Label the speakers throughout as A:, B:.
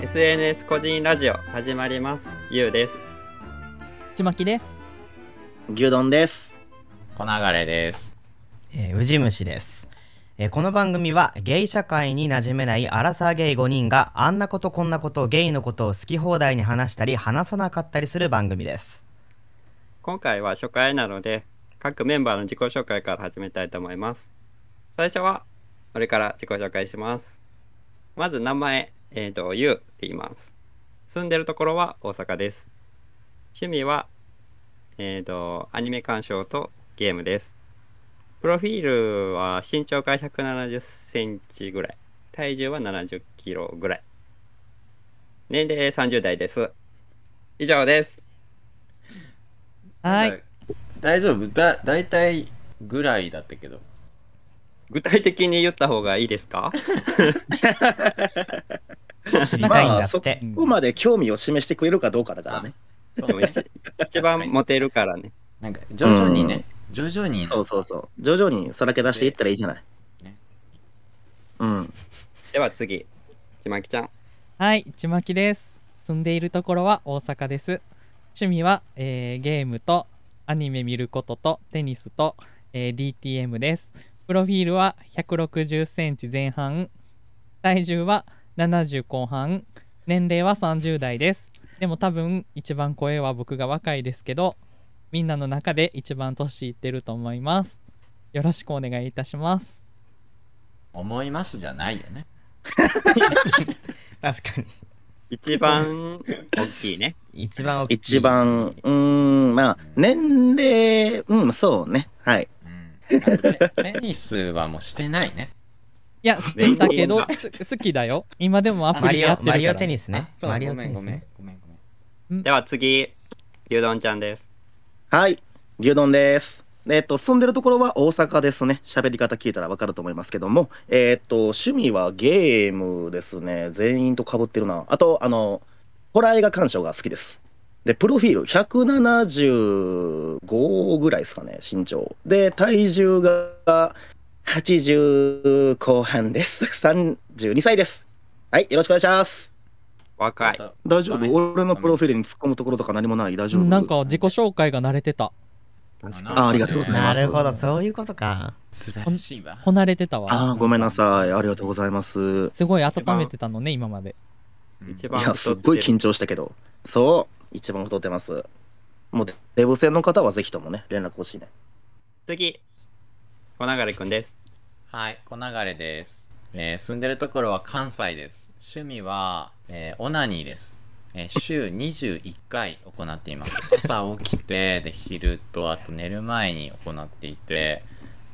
A: SNS 個人ラジオ始まりますゆうです
B: ちまきです。
C: 牛丼です。
D: 粉流れです。
E: えー、ウジ虫です、えーこの番組はゲイ社会に馴染めないアラサーゲイ5人があんなことこんなことゲイのことを好き放題に話したり話さなかったりする番組です
A: 今回は初回なので各メンバーの自己紹介から始めたいと思います最初は俺から自己紹介しますまず名前えっ、とゆうって言います住んでるところは大阪です趣味はえっ、とアニメ鑑賞とゲームですプロフィールは身長が1 7 0ンチぐらい体重は7 0キロぐらい年齢30代です以上です
B: はい。。
D: 大丈夫だ、大体ぐらいだったけど。
A: 具体的に言った方がいいですか
E: 知りたい
C: ま
E: んだ
C: あ、
E: っ
C: そこ
E: て、
C: まで興味を示してくれるかどうかだからね。
D: そう
A: でも一一番モテるからね。
D: なんか徐々にね、徐々にね、
C: そうそうそう。徐々にさらけ出していったらいいじゃない
D: ね。
C: うん。
A: では次、ちまきちゃん。
B: はい、ちまきです。住んでいるところは大阪です。趣味は、えーゲームとアニメ見ることとテニスと、えー DTM です。プロフィールは160センチ前半、体重は70後半、年齢は30代です。でも多分一番声は僕が若いですけど、みんなの中で一番年いってると思います。よろしくお願いいたします。
D: 思いますじゃないよね。
E: 確かに
A: 一番大きいね。
E: 一番大きい
C: 一番、うーん、まあ、年齢、うん、そうね。はい。
D: うん。あとねテニスはもうしてないね。
B: いや、知ってたけど、
A: 勉強
B: す好きだよ。今でもアプ
E: マ
B: リで
E: リ
B: やっ
E: オ
B: てるか
E: マ
B: ら。
E: リオテニスね
D: あそう
E: マリ
D: ご
E: オ
D: め
E: テ
D: ん
E: ニ
D: ご
E: ス
D: めん
E: ね
D: ごめんごめん。
A: では次、牛丼ちゃんです。
C: はい。牛丼です。えっと、住んでるところは大阪ですね。喋り方聞いたらわかると思いますけども、えっと、趣味はゲームですね。全員と被ってるな。あと、あの、ホラー映画鑑賞が好きです。で、プロフィール175ぐらいですかね、身長。で、体重が80後半です。32歳です。はい、よろしくお願いします。
A: 若い。
D: あと
C: 大丈
D: ダメ
C: 夫俺のプロフィールに突っ込むところとか何もない大丈夫
B: なんか自己紹介が慣れてた。
A: 確
D: あ
A: か
C: あありがとうございま
E: な
C: す。
E: るほどそういうことか
D: 素晴らしいわ。
B: こなれてたわ。
C: ああ、ごめんなさい。ありがとうございます。
B: すごい温めてたのね、今まで。
D: うん
A: 一
C: い
A: 番
C: や、すっごい緊張したけど。そう、一番太ってます。もう、デブ戦の方はぜひともね、連絡欲しいね。
A: 次、小流くんです。
D: はい、小流れです、えー住んでるところは関西です。趣味は、えーオナニーです。えー週21回行っています。朝起きて、で、昼と、あと寝る前に行っていて、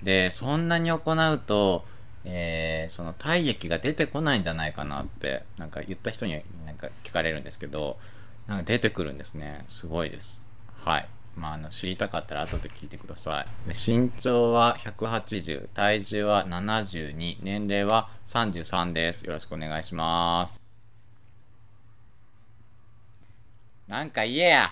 D: で、そんなに行うと、えーその体液が出てこないんじゃないかなって、なんか言った人になんか聞かれるんですけど、なんか出てくるんですね。すごいです。はい。まあ、あの知りたかったら後で聞いてください。で身長は180、体重は72、年齢は33です。よろしくお願いします。なんか言えや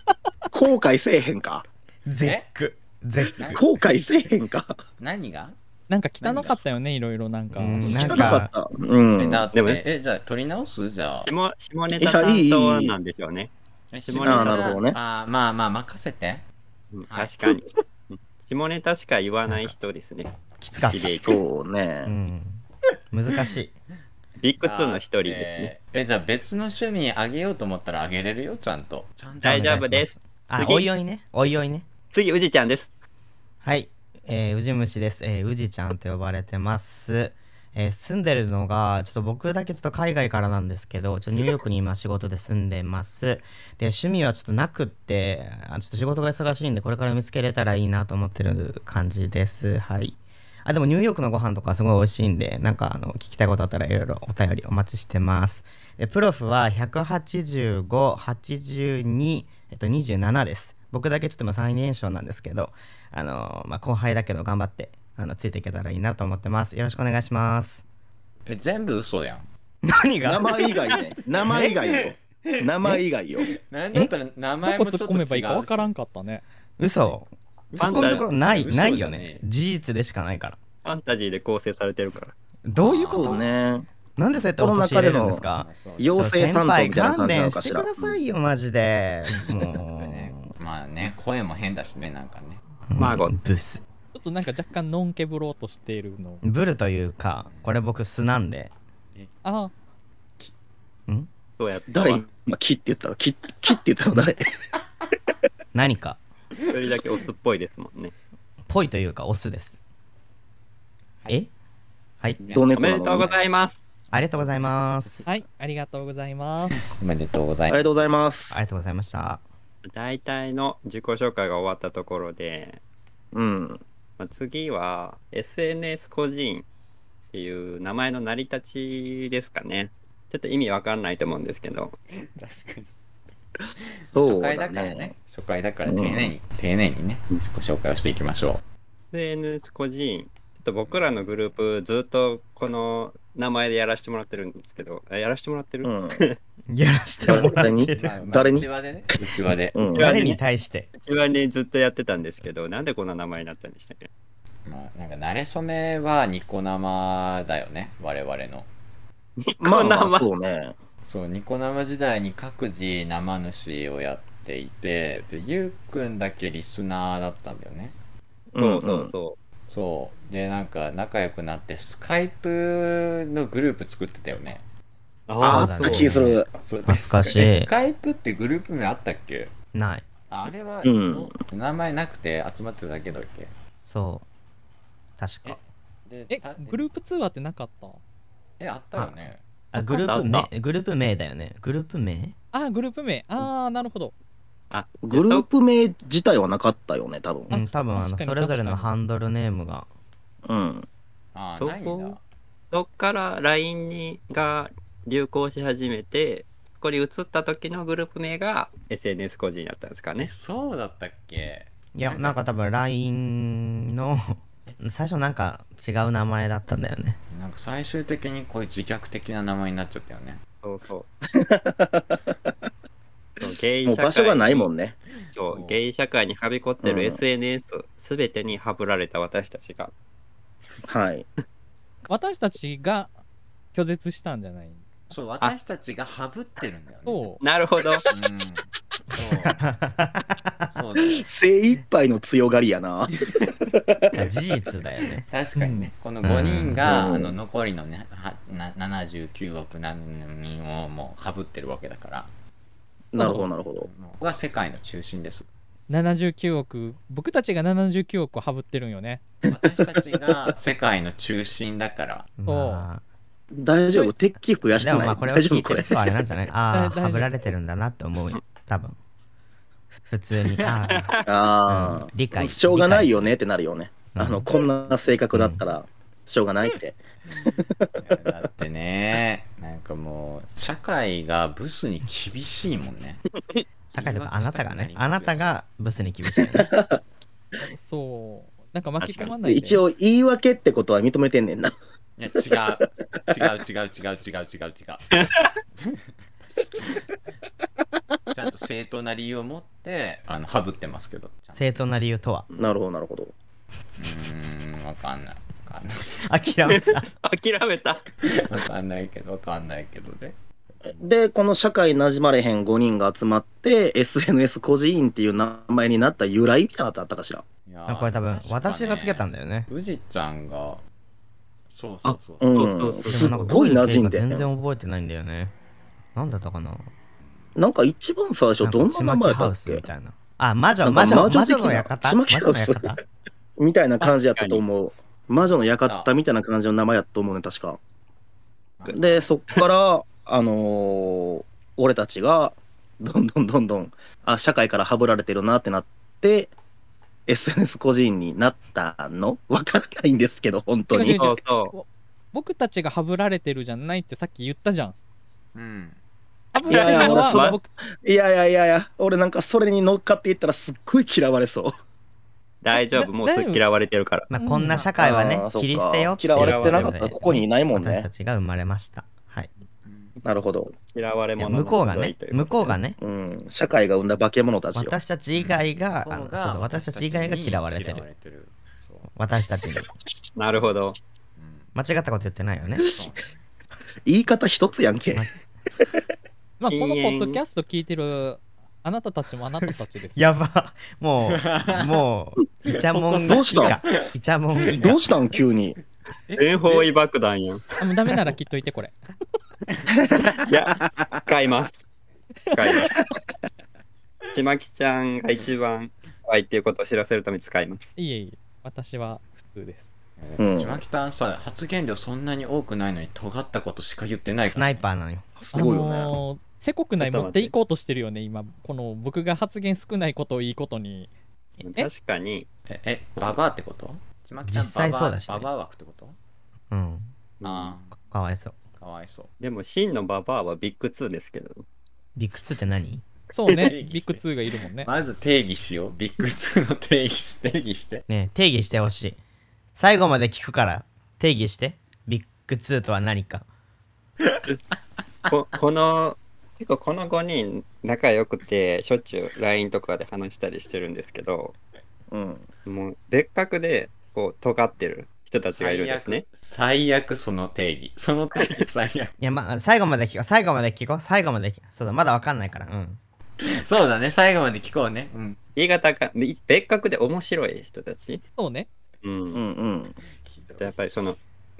C: 後悔せえへんか。
E: ゼックゼ
D: な
E: ック
C: 後悔せえへんか。
D: 何が
B: なんか汚かったよね、いろいろなんか。
E: うん
C: 聞
E: なん
C: かなかった。
E: か
C: うん。
D: え、だ
C: あ
D: っ
A: で
D: て、
A: もね
D: え、じゃあ取り直すじゃあ。
A: 下下ネタ担当なんでしょうね。
D: え
A: 下
D: 下
A: ネタ
D: ネタ
C: なるほどね
D: あーまあまあ、任せて。
A: うん
D: はい
A: 確かに。下ネタしか言わない人ですね。
E: きつかっ
A: ひでいちゃん
C: そう
E: た、
C: ね
E: う。ん、難しい
A: ビッグ2の一人ですね。
D: ね。え、じゃあ別の趣味あげようと思ったらあげれるよ、ちゃんと。ちゃんと
A: 大丈夫です。
E: あ
A: 次
E: おいおいねおいおいね
A: 次、宇治ちゃんです。
E: はい、えー、宇治虫です、えー、宇治ちゃんと呼ばれてます、えー、住んでるのがちょっと僕だけちょっと海外からなんですけどちょっとニューヨークに今仕事で住んでますで趣味はちょっとなくってあちょっと仕事が忙しいんでこれから見つけれたらいいなと思ってる感じですはいあでもニューヨークのご飯とかすごい美味しいんでなんかあの聞きたいことあったらいろいろお便りお待ちしてますでプロフは18582、えっと、27です僕だけちょっと今最年少なんですけどあのまあ、後輩だけど頑張ってあのついていけたらいいなと思ってますよろしくお願いします
D: え、全部嘘やん。
E: 何
C: 名
E: が
C: 前以外ね。名前以外よ。名前以外よ。
D: なんだったら名
B: ど
D: 前
B: こ
D: もちょ
B: 突
D: っと
B: っ込めばいいかわから
D: ん。
B: んかったね。
E: 嘘
A: 嘘
E: 突っ込むところない
D: 嘘
E: ないよ
D: じゃね
E: ね
D: え
E: 事実でしかないから
A: ファンタジーで構成されてるから。
E: どういうこ
C: そ
E: と
C: うね。
E: なんでそうやって陥れるんですか
D: まあそう
C: よ妖精担当みたいな感じなの
E: ちょ
C: かし
E: 先輩
C: ら
E: 勘弁してくださいよ、マジで。も
D: ねまあね、声も変だしね、なんかね。
E: う。
A: マーゴット
E: ブス。
B: っとなんか若干のんけぶろうとしているの
E: ブルというか、これ僕素なんで。
B: ああ
E: ん
A: そうやったわ
C: 誰今、木って言ったら、木、木って言ったら誰
E: 何か、
A: 一人だけオスっぽいですもんね。
E: ぽいというか、オスです。えはい。
C: どね
A: お
C: こ
A: め
C: な
A: でとう
C: の
A: ございます。
E: ありがとうございます。
B: はいありがとうございます
D: おめでとうござ
C: あ
D: い
C: り
D: ま
C: が
D: す。
C: とうございます
E: あり。がとうございました。
A: 大体の自己紹介が終わったところで、
C: うん。
A: まあ、次は SNS 個人っていう名前の成り立ちですかね。ちょっと意味わかんないと思うんですけど、
D: 確かに。
C: そ
D: 初
C: う
D: 回
C: だ
D: だから
C: ね
D: ね。。初回だから丁寧に、丁寧にね、自己紹介をしていきましょ
A: SNS 個人、ちょっと僕らのグループずっとこの名前でやらせてもらってるんですけど、えやらせてもらってる、
C: うん。
E: やらしてもらって
D: う。まあ
E: る。
D: まあ
C: 誰に
D: 内輪でね。内輪で。
C: うん。
E: 誰に対して。
A: 一番ね、ずっとやってたんですけど、なんでこんな名前になったんでしたっけ
D: まあ、なんか、慣れ初めはニコ生だよね、我々の。
C: まあまあ、
A: こ
C: そうね。
D: そう、ニコ生時代に各自生主をやっていて、でゆうくんだけリスナーだったんだよね。
A: そうそうそう。
D: そう。で、なんか仲良くなって、スカイプのグループ作ってたよね。
C: ああ
E: あ
C: っ
E: ー
C: た気する。
D: そう
E: 懐かしい
D: えスカイプってグループ名あったっけ
E: ない。
D: ああれは、
C: うん
D: 名前なくて集まってただけだっけ
E: そう。確か。
D: で
B: え
D: た
B: グループ通話ってなかった
D: えあったよね
E: あ、グループ
A: あっ
E: 名、グループ名だよね。グループ名
B: ああグループ名ああなるほど
A: あ
C: グループ名自体はなかったよね、多分
E: う。ん、多分あの、
B: 確かに
E: それぞれの
B: 確かに
E: ハンドルネームが。
C: うん。
D: あ
A: そこ
D: ないんだ
A: そっから LINE にが流行し始めて、そこに移った時のグループ名が SNS 個人だったんですか
D: え
A: ね。
D: そうだったっけ
E: いや、なんか多分 LINE の、 最初なんか違う名前だったんだよね。
D: なんか最終的にこういう自虐的な名前になっちゃったよね
A: そう そう。そうゲ
C: もう場所がないも
A: ね。
C: んね。
A: そ
D: そう
A: う、ゲイ社会にはびこって
C: う
A: る
C: ん
A: SNS すべてにはぶられた私たちが。
C: はい。
B: 私たちが拒絶したんじゃない
D: そう私たちがハブってるんだよね
B: そう
A: なるほ ど。
D: うんそうそうだよ
C: 精一杯の強がりや な。
E: 事実だ よね。
D: 確かにね、この5人が、
C: うん
D: あの残りのねはな79億何人をもうハブってるわけだから
C: なるほど、なるほど。
D: もうが世界の中心です
B: 79億僕たちが79億をはぶってるんよね
D: 私たちが世界の中心だから
B: そう
E: ま
C: 大丈夫、敵機増や
E: あ、
C: し
E: で
C: て
E: も
C: な
E: まあ
C: い。
E: これを
C: 大丈
E: 聞
C: 夫、
E: い
C: こ
E: てる
C: れ。
E: 人はあれなんじゃないあ
B: 大
E: あ、
B: 丈夫
E: はぶられてるんだなって思うよ。多分。普通に。 ああ、う
C: あ
E: ん理
C: あ。
E: 解。
C: しょうがないよ
E: ね。
C: ねってなるよね。
E: うん
C: あの、こんな性格だったら、しょうがないって。
D: だってねなんかもう社会がブスに厳しいもんね
E: 社会とかあなたがね
D: 言い訳したくりますよ
E: あなたがブスに厳しいよね
B: そうなんか巻き込まな
C: で
B: いで
C: 一応、言い訳ってことは認めてんねんな。
D: いや違う違う違う違う違う違う違 うちゃんと正当な理由を持ってあのハブってますけどちゃんと
E: 正当な理由とは
C: なるほど、なるほど。
D: うーんわかんないわかんない
E: 諦めた
A: 諦めた。
D: わかんないけどわかんないけどね
C: で、この社会馴染まれへん5人が集まって、SNS 個人っていう名前になった由来みたいなのってあったかしら。
D: いや
E: これ多分
D: 確かね
E: 私がつけたんだよね
D: 宇治ちゃんがそうそうそう
A: そう
C: う。
A: そうんそう
E: ですも
C: っ
E: なんかど
C: ご
E: う
C: い
E: いう
C: 馴
E: 経緯
C: 染ん
E: か
C: でん
E: 全
C: の。
E: 然覚えてないんだよねなんだったかな
C: なんか一番最初、どんな名前
E: ハ
C: だ
E: ウ
C: っ
E: スみ
C: け
E: たいなあ魔女
C: なん
E: 魔
C: か
E: 女魔
C: 魔女
E: 女
C: 的な
E: の館魔
C: ちまきハ
E: 女
C: ウ
E: の
C: ス
E: 館
C: みたいな感じやったと思う。魔女の館みたいな感じの名前やったと思うね、確か。で、そっから、あのー俺たちが、どんどんどんどん、あ、社会からはぶられてるなってなって、SNS 個人になったのわからないんですけど、本当
B: 違う違
C: に
B: う。
A: そうそ
B: 僕たちがはぶられてるじゃないってさっき言ったじゃん
D: うん
B: はぶられてるの
C: いやい
B: は
C: や
B: 僕
C: いやいやいやいや、俺なんかそれに乗っかっていったらすっごい嫌われそう。
A: う。大丈夫。もうすぐ嫌われてるから。
E: まあこんな社会はね
C: あーそっか
E: 切り捨てよっていう
C: 嫌
A: われてなか
E: こ
C: った
E: と
C: ら
E: で
C: ここにいないもんね
E: 私たちが生まれましたはい
C: なるほど。
A: 嫌われ
E: いや
A: 者の
E: 向こうが
A: 集い
E: ね
A: とい
E: 向こうがね
C: うん。社会が生んだ化け物たちよ。
E: 私たち以外が
D: こ
E: あ
D: こ
E: の
D: が
E: そうそう私たち以外が嫌われて
D: 嫌
E: る
D: そう
E: 私たちに
A: なるほど。
D: うん
E: 間違ったこと言ってないよね
D: そう
C: 言い方一つやんけ。
B: まあ、この
A: 禁
B: ポ
A: 煙
B: ッドキャスト聞いてるあなたたちもあなたたちですよ。
E: やば。もう、も う、イチャモン
C: どうした
E: イチャモン以下
C: どうしたん急に。
A: 全方位爆弾やん。
B: あもうダメなら切っといてこれ。
A: いや、使います。使います。ちまきちゃんが一番怖いっていうことを知らせるために使います。
B: いえいえ、私は普通です。
C: うん
D: ちまきたんさ、発言量そんなに多くないのに、尖ったことしか言ってない
E: ス
D: か
E: ナ
D: ら。
E: イパーなのよ。
C: すごいよね。
B: あのーせこくない持っていこうとしてるよね、今。この僕が発言少ないことをいいことに。え
A: 確かに、
D: え、え、ババアってことちまきちゃん、
E: 実際
D: バ
E: そ
D: バ
E: う
D: ア、
E: だしね
D: ババア枠ってこと
E: うん。
D: あ
E: かわいそう。
D: あ、かわいそう。
A: でも真のババアはビッグ2ですけど、
E: 理屈って何
B: そうね、
D: 定義して
B: ビッグ2がいるもんね。
D: まず定義しよう。ビッグ2の定義し、定義して。
E: ねえ定義してほしい。最後まで聞くから、定義して。ビッグ2とは何か。
A: ここの、結構この5人仲良くて、しょっちゅう LINE とかで話したりしてるんですけど、
C: うん。
A: もう別格で、こう、尖ってる人たちがいるんですね。
D: 最悪その定義。その定義最悪。
E: いや、まあ、最後まで聞こう。最後まで聞こう。最後まで聞こう。そうだ、まだわかんないから。うん。
D: そうだね、最後まで聞こうね。うん。
A: 言い方が、い別格で面白い人たち。
B: そうね。
A: うん
C: うんうん。
A: やっぱりその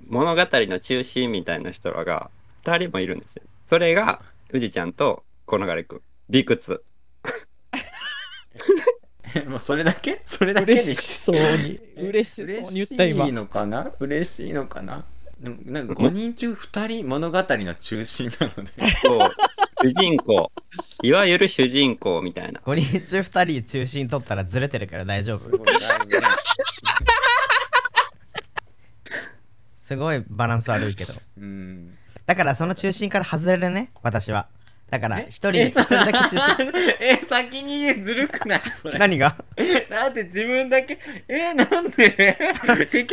A: 物語の中心みたいな人らが2人もいるんですよ。それが宇治ちゃんと小流君。理屈。
D: もうそれだけそれだけに
B: 嬉しそうに、嬉しそうに言った今
D: 嬉しい。のかな嬉しいのかなでもなんか5人中2人物語の中心なので
A: そう主人公。いわゆる主人公みたいな。
E: 5人中2人中心取ったらずれてるから大丈
D: す
E: 夫。
D: ごいだいぶね
E: すごいバランス悪いけど。
D: うん
E: だからその中心から外れるね、私は。だから、
D: え
E: 一人で、一人だけ 中心。
D: え先に言うずるくないそれ
E: 何が
D: だって自分だけえなんで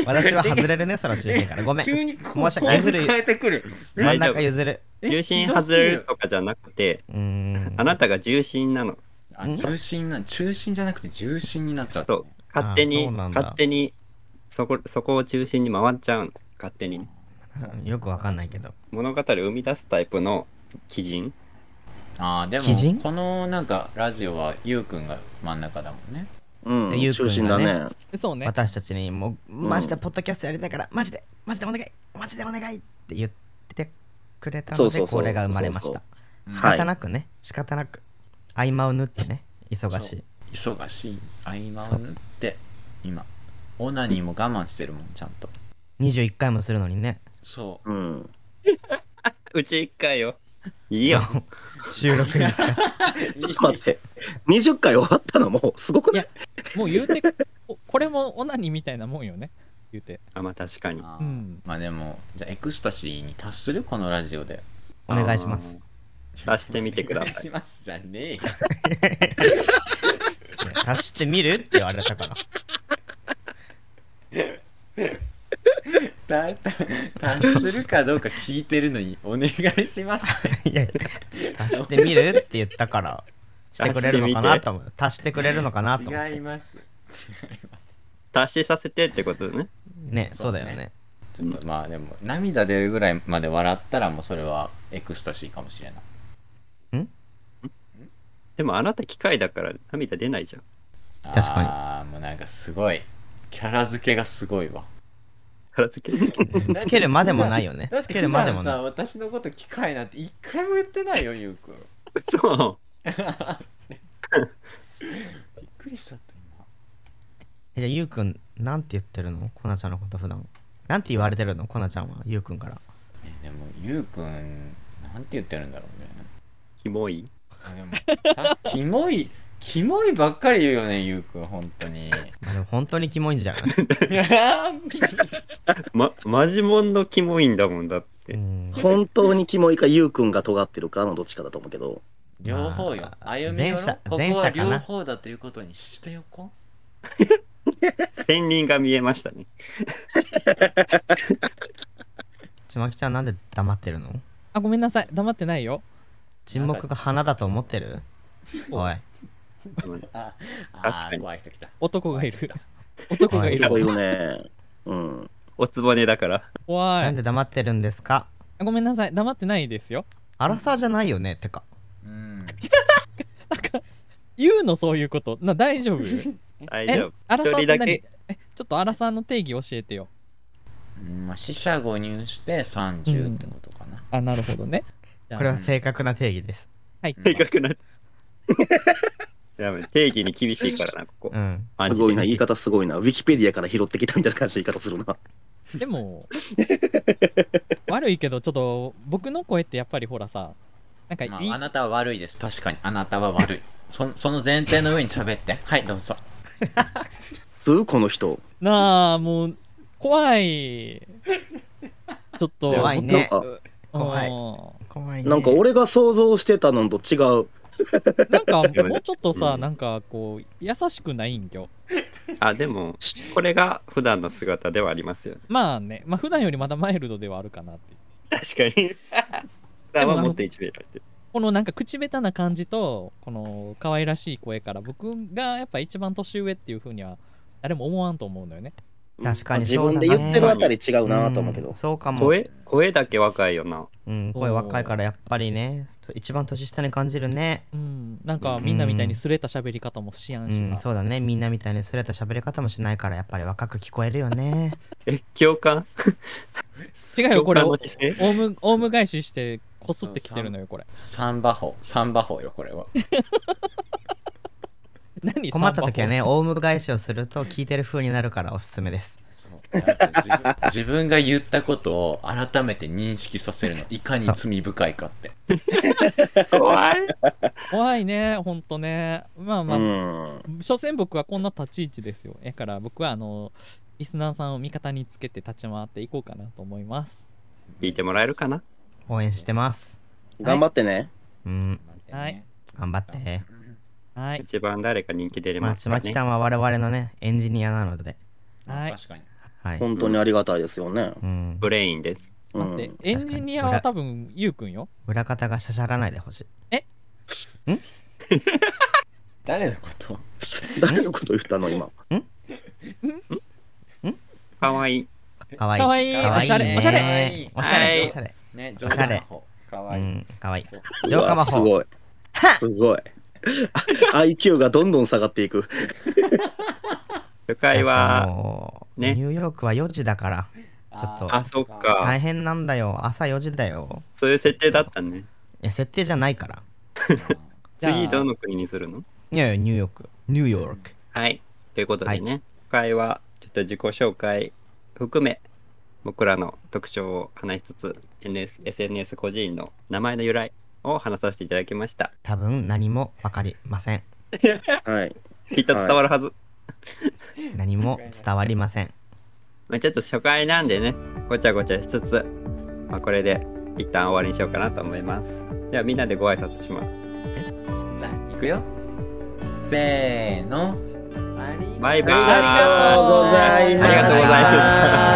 E: 私は外れるね、その中心から。ごめん。
D: 急に
E: 申し訳ない
D: 構図変えてくる
E: 真ん中譲る。
D: え
A: 重心外れるとかじゃなくて、
E: うーん
A: あ。なたが重心なの。
D: あ中心な中心じゃなくて重心になっちゃった
A: そう。勝手
E: あ
A: に、
E: そうなんだ
A: 勝手にそこ、そこを中心に回っちゃうの。勝手に。
E: よくわかんないけど。
A: 物語を生み出すタイプの基人。
D: ああでも
E: 鬼人
D: このなんかラジオはゆうくんが真ん中だもんね
C: うん、
E: ゆうくんが
C: 中
E: ね
C: 心だね。
B: そうね。
E: 私たちにもう、マジでポッドキャストやりたいから、マジで、マジでお願い、マジでお願いって言ってくれた
C: そ
E: の
C: うそ
E: で、
C: うそう
E: これが生まれまし
C: そ
E: た
C: う。
E: 仕
C: はい
E: 方なくね、仕方なく。合間を縫ってね、忙しい。
D: 忙しい合間を縫って今オナニーも我慢してるもんちゃんと
E: 21回もするのにね、
D: そ
C: うん。
A: うち一回よ。いい よ。
E: 収録に使
C: ちょ
E: っ
C: っと待って。20回終わったのもうすごく
B: い
C: ね
B: や。もう言うて、ここれもオナニーみたいなもんよね。言うて。
A: あ、まあ確か
D: う
A: に。
D: あ
B: う
D: ー
B: ん。
D: まあでもじゃあエクスタシーに達するこのラジオで
E: お願いします。
A: あー。出してみてくだ
D: お願い
A: さ
D: し
A: い。
D: ますじゃねえよ
E: て、足してみるって言われたから。
D: だだ達するかどうか聞いてるのにお願いします
E: いやいや足してみるって言ったからしてくれるのかなと思う足してくれるのかなと思う
D: 違います違います
A: 達しさせてってことね。
E: ねそうだよ
D: そう
E: ね
D: ちょっとまあでも涙出るぐらいまで笑ったらもうそれはエクスタシーかもしれない
A: でもあなた機械だから涙出ないじゃん。
E: 確かに
D: ああもうなんかすごいキャラ付けがすごいわ
A: 片付け好 き。
E: うんつけるまでもないよね
D: だっ
E: つ
D: て
E: けるまでも
D: 普
E: な
D: 段さ
E: い
D: 私のこと機械なんて一回も言ってないよゆうくん
A: そ
D: びっくりしちゃった今
E: えじゃあゆうくんなんて言ってるのコナちゃんのこと普段なんて言われてるのコナちゃんはゆうくんから
D: えでもゆうくんなんて言ってるんだろうね
A: う。キモい。
D: あでもたキモいキモいばっかり言うよねゆうくん本当 に
E: まあでも本当にキモいんじゃ ない
D: いや
A: ま、マジモンのキモいんだもんだっ
E: う
A: て。
E: ん
C: 本当にキモいか、ゆうくんが尖ってるかのどっちかだと思うけど。
D: 両方よ
E: まあ
D: 歩み寄ろ
E: 前
D: こ
E: 者前
D: こは
E: 者かな
D: 両方だということにしておこ
A: 天輪が見えましたね。
E: ちまきちゃんなんで黙ってるの
B: あ、ごめんなさい。黙ってないよ。
E: 沈黙が花だと思ってるおい
D: あ
A: 確
D: あ
A: かに
D: ー怖い人来た
B: 男がいる。 男がい
C: こうい
B: る。
C: うね。うん。
A: おつぼねだから。
B: 怖
E: なん
B: い。
E: で黙ってるんですか
B: ごめんなさい黙ってないですよ
E: アラサーじゃないよねてか
D: うん。
B: なんか言うのそういうことな大丈夫
A: 大
B: え
A: 丈夫。
B: アラサーって
A: 一人だ
B: 何え
A: け
B: ちょっとアラサーの定義教えてよ
D: うんまあ、死者誤入して30ってことかな。
B: あなるほどね
E: これは正確な定義です
B: はい
D: うん
A: でかくなって。やべ、定義に厳しいからな、ここ
E: う。ん
A: マ
C: す
A: ジ
C: ごいな、
A: で。
C: 言い方すごいな。ウィキペディアから拾ってきたみたいな感じの言い方するな。
B: でも悪いけどちょっと僕の声ってやっぱりほらさなんかいい、
D: まあ、あなたは悪いです。確かに。あなたは悪い。 そその前提の上に喋って。はい、どうぞ。
C: 普通この人。
B: なあもう怖いちょっと
E: 怖いね
C: なんか、
B: うん
E: 怖い怖いね
C: なんか俺が想像してたのと違う。
B: なんか
A: や
B: もうちょっとさ
A: うん
B: なんかこう優しくないんよ
A: あ、でも、これが普段の姿ではありますよね。
B: まあねまあ普段よりまだマイルドではあるかなっていう
A: 確かに。 普段はもっと一面られてる。
B: このなんか口下手な感じとこの可愛らしい声から僕がやっぱ一番年上っていうふうには誰も思わんと思うのよね
E: 確かに
C: 自
E: そうだ
C: 分
E: ね
C: で言ってるあたり違うなと思うけど
E: ん。そうかも
A: 声、声だけ若いよな。
E: うん、声若いからやっぱりね一番年下に感じるね
B: うんなんかみんなみたいにすれた喋り方もしや
E: うん
B: しさ、
E: んそうだねみんなみたいにそれた喋り方もしないからやっぱり若く聞こえるよね
A: え、共感
B: 違うよこれ
A: 共感の
B: オ
A: 姿勢
B: ウムオウム返ししてこすってきてるのよこれ
D: サンバ法。サンバ法よ、これ は。
B: 何
E: 困った時はね
B: サン
E: オウム返しをすると聞いてる風になるからおすすめです
D: そうあと自分自分が言ったことを改めて認識させるの。いかに罪深いかって。
A: 怖い。
B: バ法怖いねほんとねまあま
C: う
B: あ、
C: ん。
B: 所詮僕はこんな立ち位置ですよだから僕はあのリスナーさんを味方につけて立ち回っていこうかなと思います
A: 聞いてもらえるかな
E: 応援してます
C: 頑張ってね。
E: うん
B: はい
E: 頑張って
B: はい
A: 一番誰か人気出れ
E: まあ
A: ます
E: ちま
A: か
E: き
A: ね
E: た。んは我々のねエンジニアなので
B: はい
D: 確かに。
E: はい、
C: 本当にありがたいですよね。
E: うん、
A: ブレインです。
C: う
B: 待って
C: ん。
B: エンジニアは多分ゆうくんよ
E: 裏方がしゃしゃらないでほしい
D: 誰のこと
C: 誰のこと言ったの今。
A: かわいい。
E: かかわいい
B: かわいい
E: かわ
B: おしゃれ
E: ね
B: おしゃ
D: れ
E: おしゃれ
A: はい
E: おしゃれ
D: ね、
E: おしゃれ
D: 法。か
E: う
D: わいい。
E: んかわいい
D: そう
E: 浄化魔
C: う
E: 法
C: わすごい。すごい。あ IQ がどんどん下がっていく。
A: 初回は、
E: もう
A: ね
E: ニューヨークは4時だからちょっと
A: あ、そっ。か。
E: 大変なんだよ朝4時だよ
A: そういう設定だったね。
E: いや設定じゃないから
B: じゃあ
A: 次、どの国にするの
E: いやいやニューヨークニューヨーク
A: はい。ということでね、今回はちょっと自己紹介含め、僕らの特徴を話しつつ、NS SNS 個人の名前の由来を話させていただきました。
E: 多分何も分かりません
C: はい。
A: きっと伝わるはず。
E: 何も伝わりません
A: まあ、ちょっと初回なんでね、ごちゃごちゃしつつ、まあ、これで一旦終わりにしようかなと思います。じゃあみんなでご挨拶します。
D: じゃあ、いくよ。せーの。
A: バイバイ
C: ありがとうございました
A: ありがとうございました。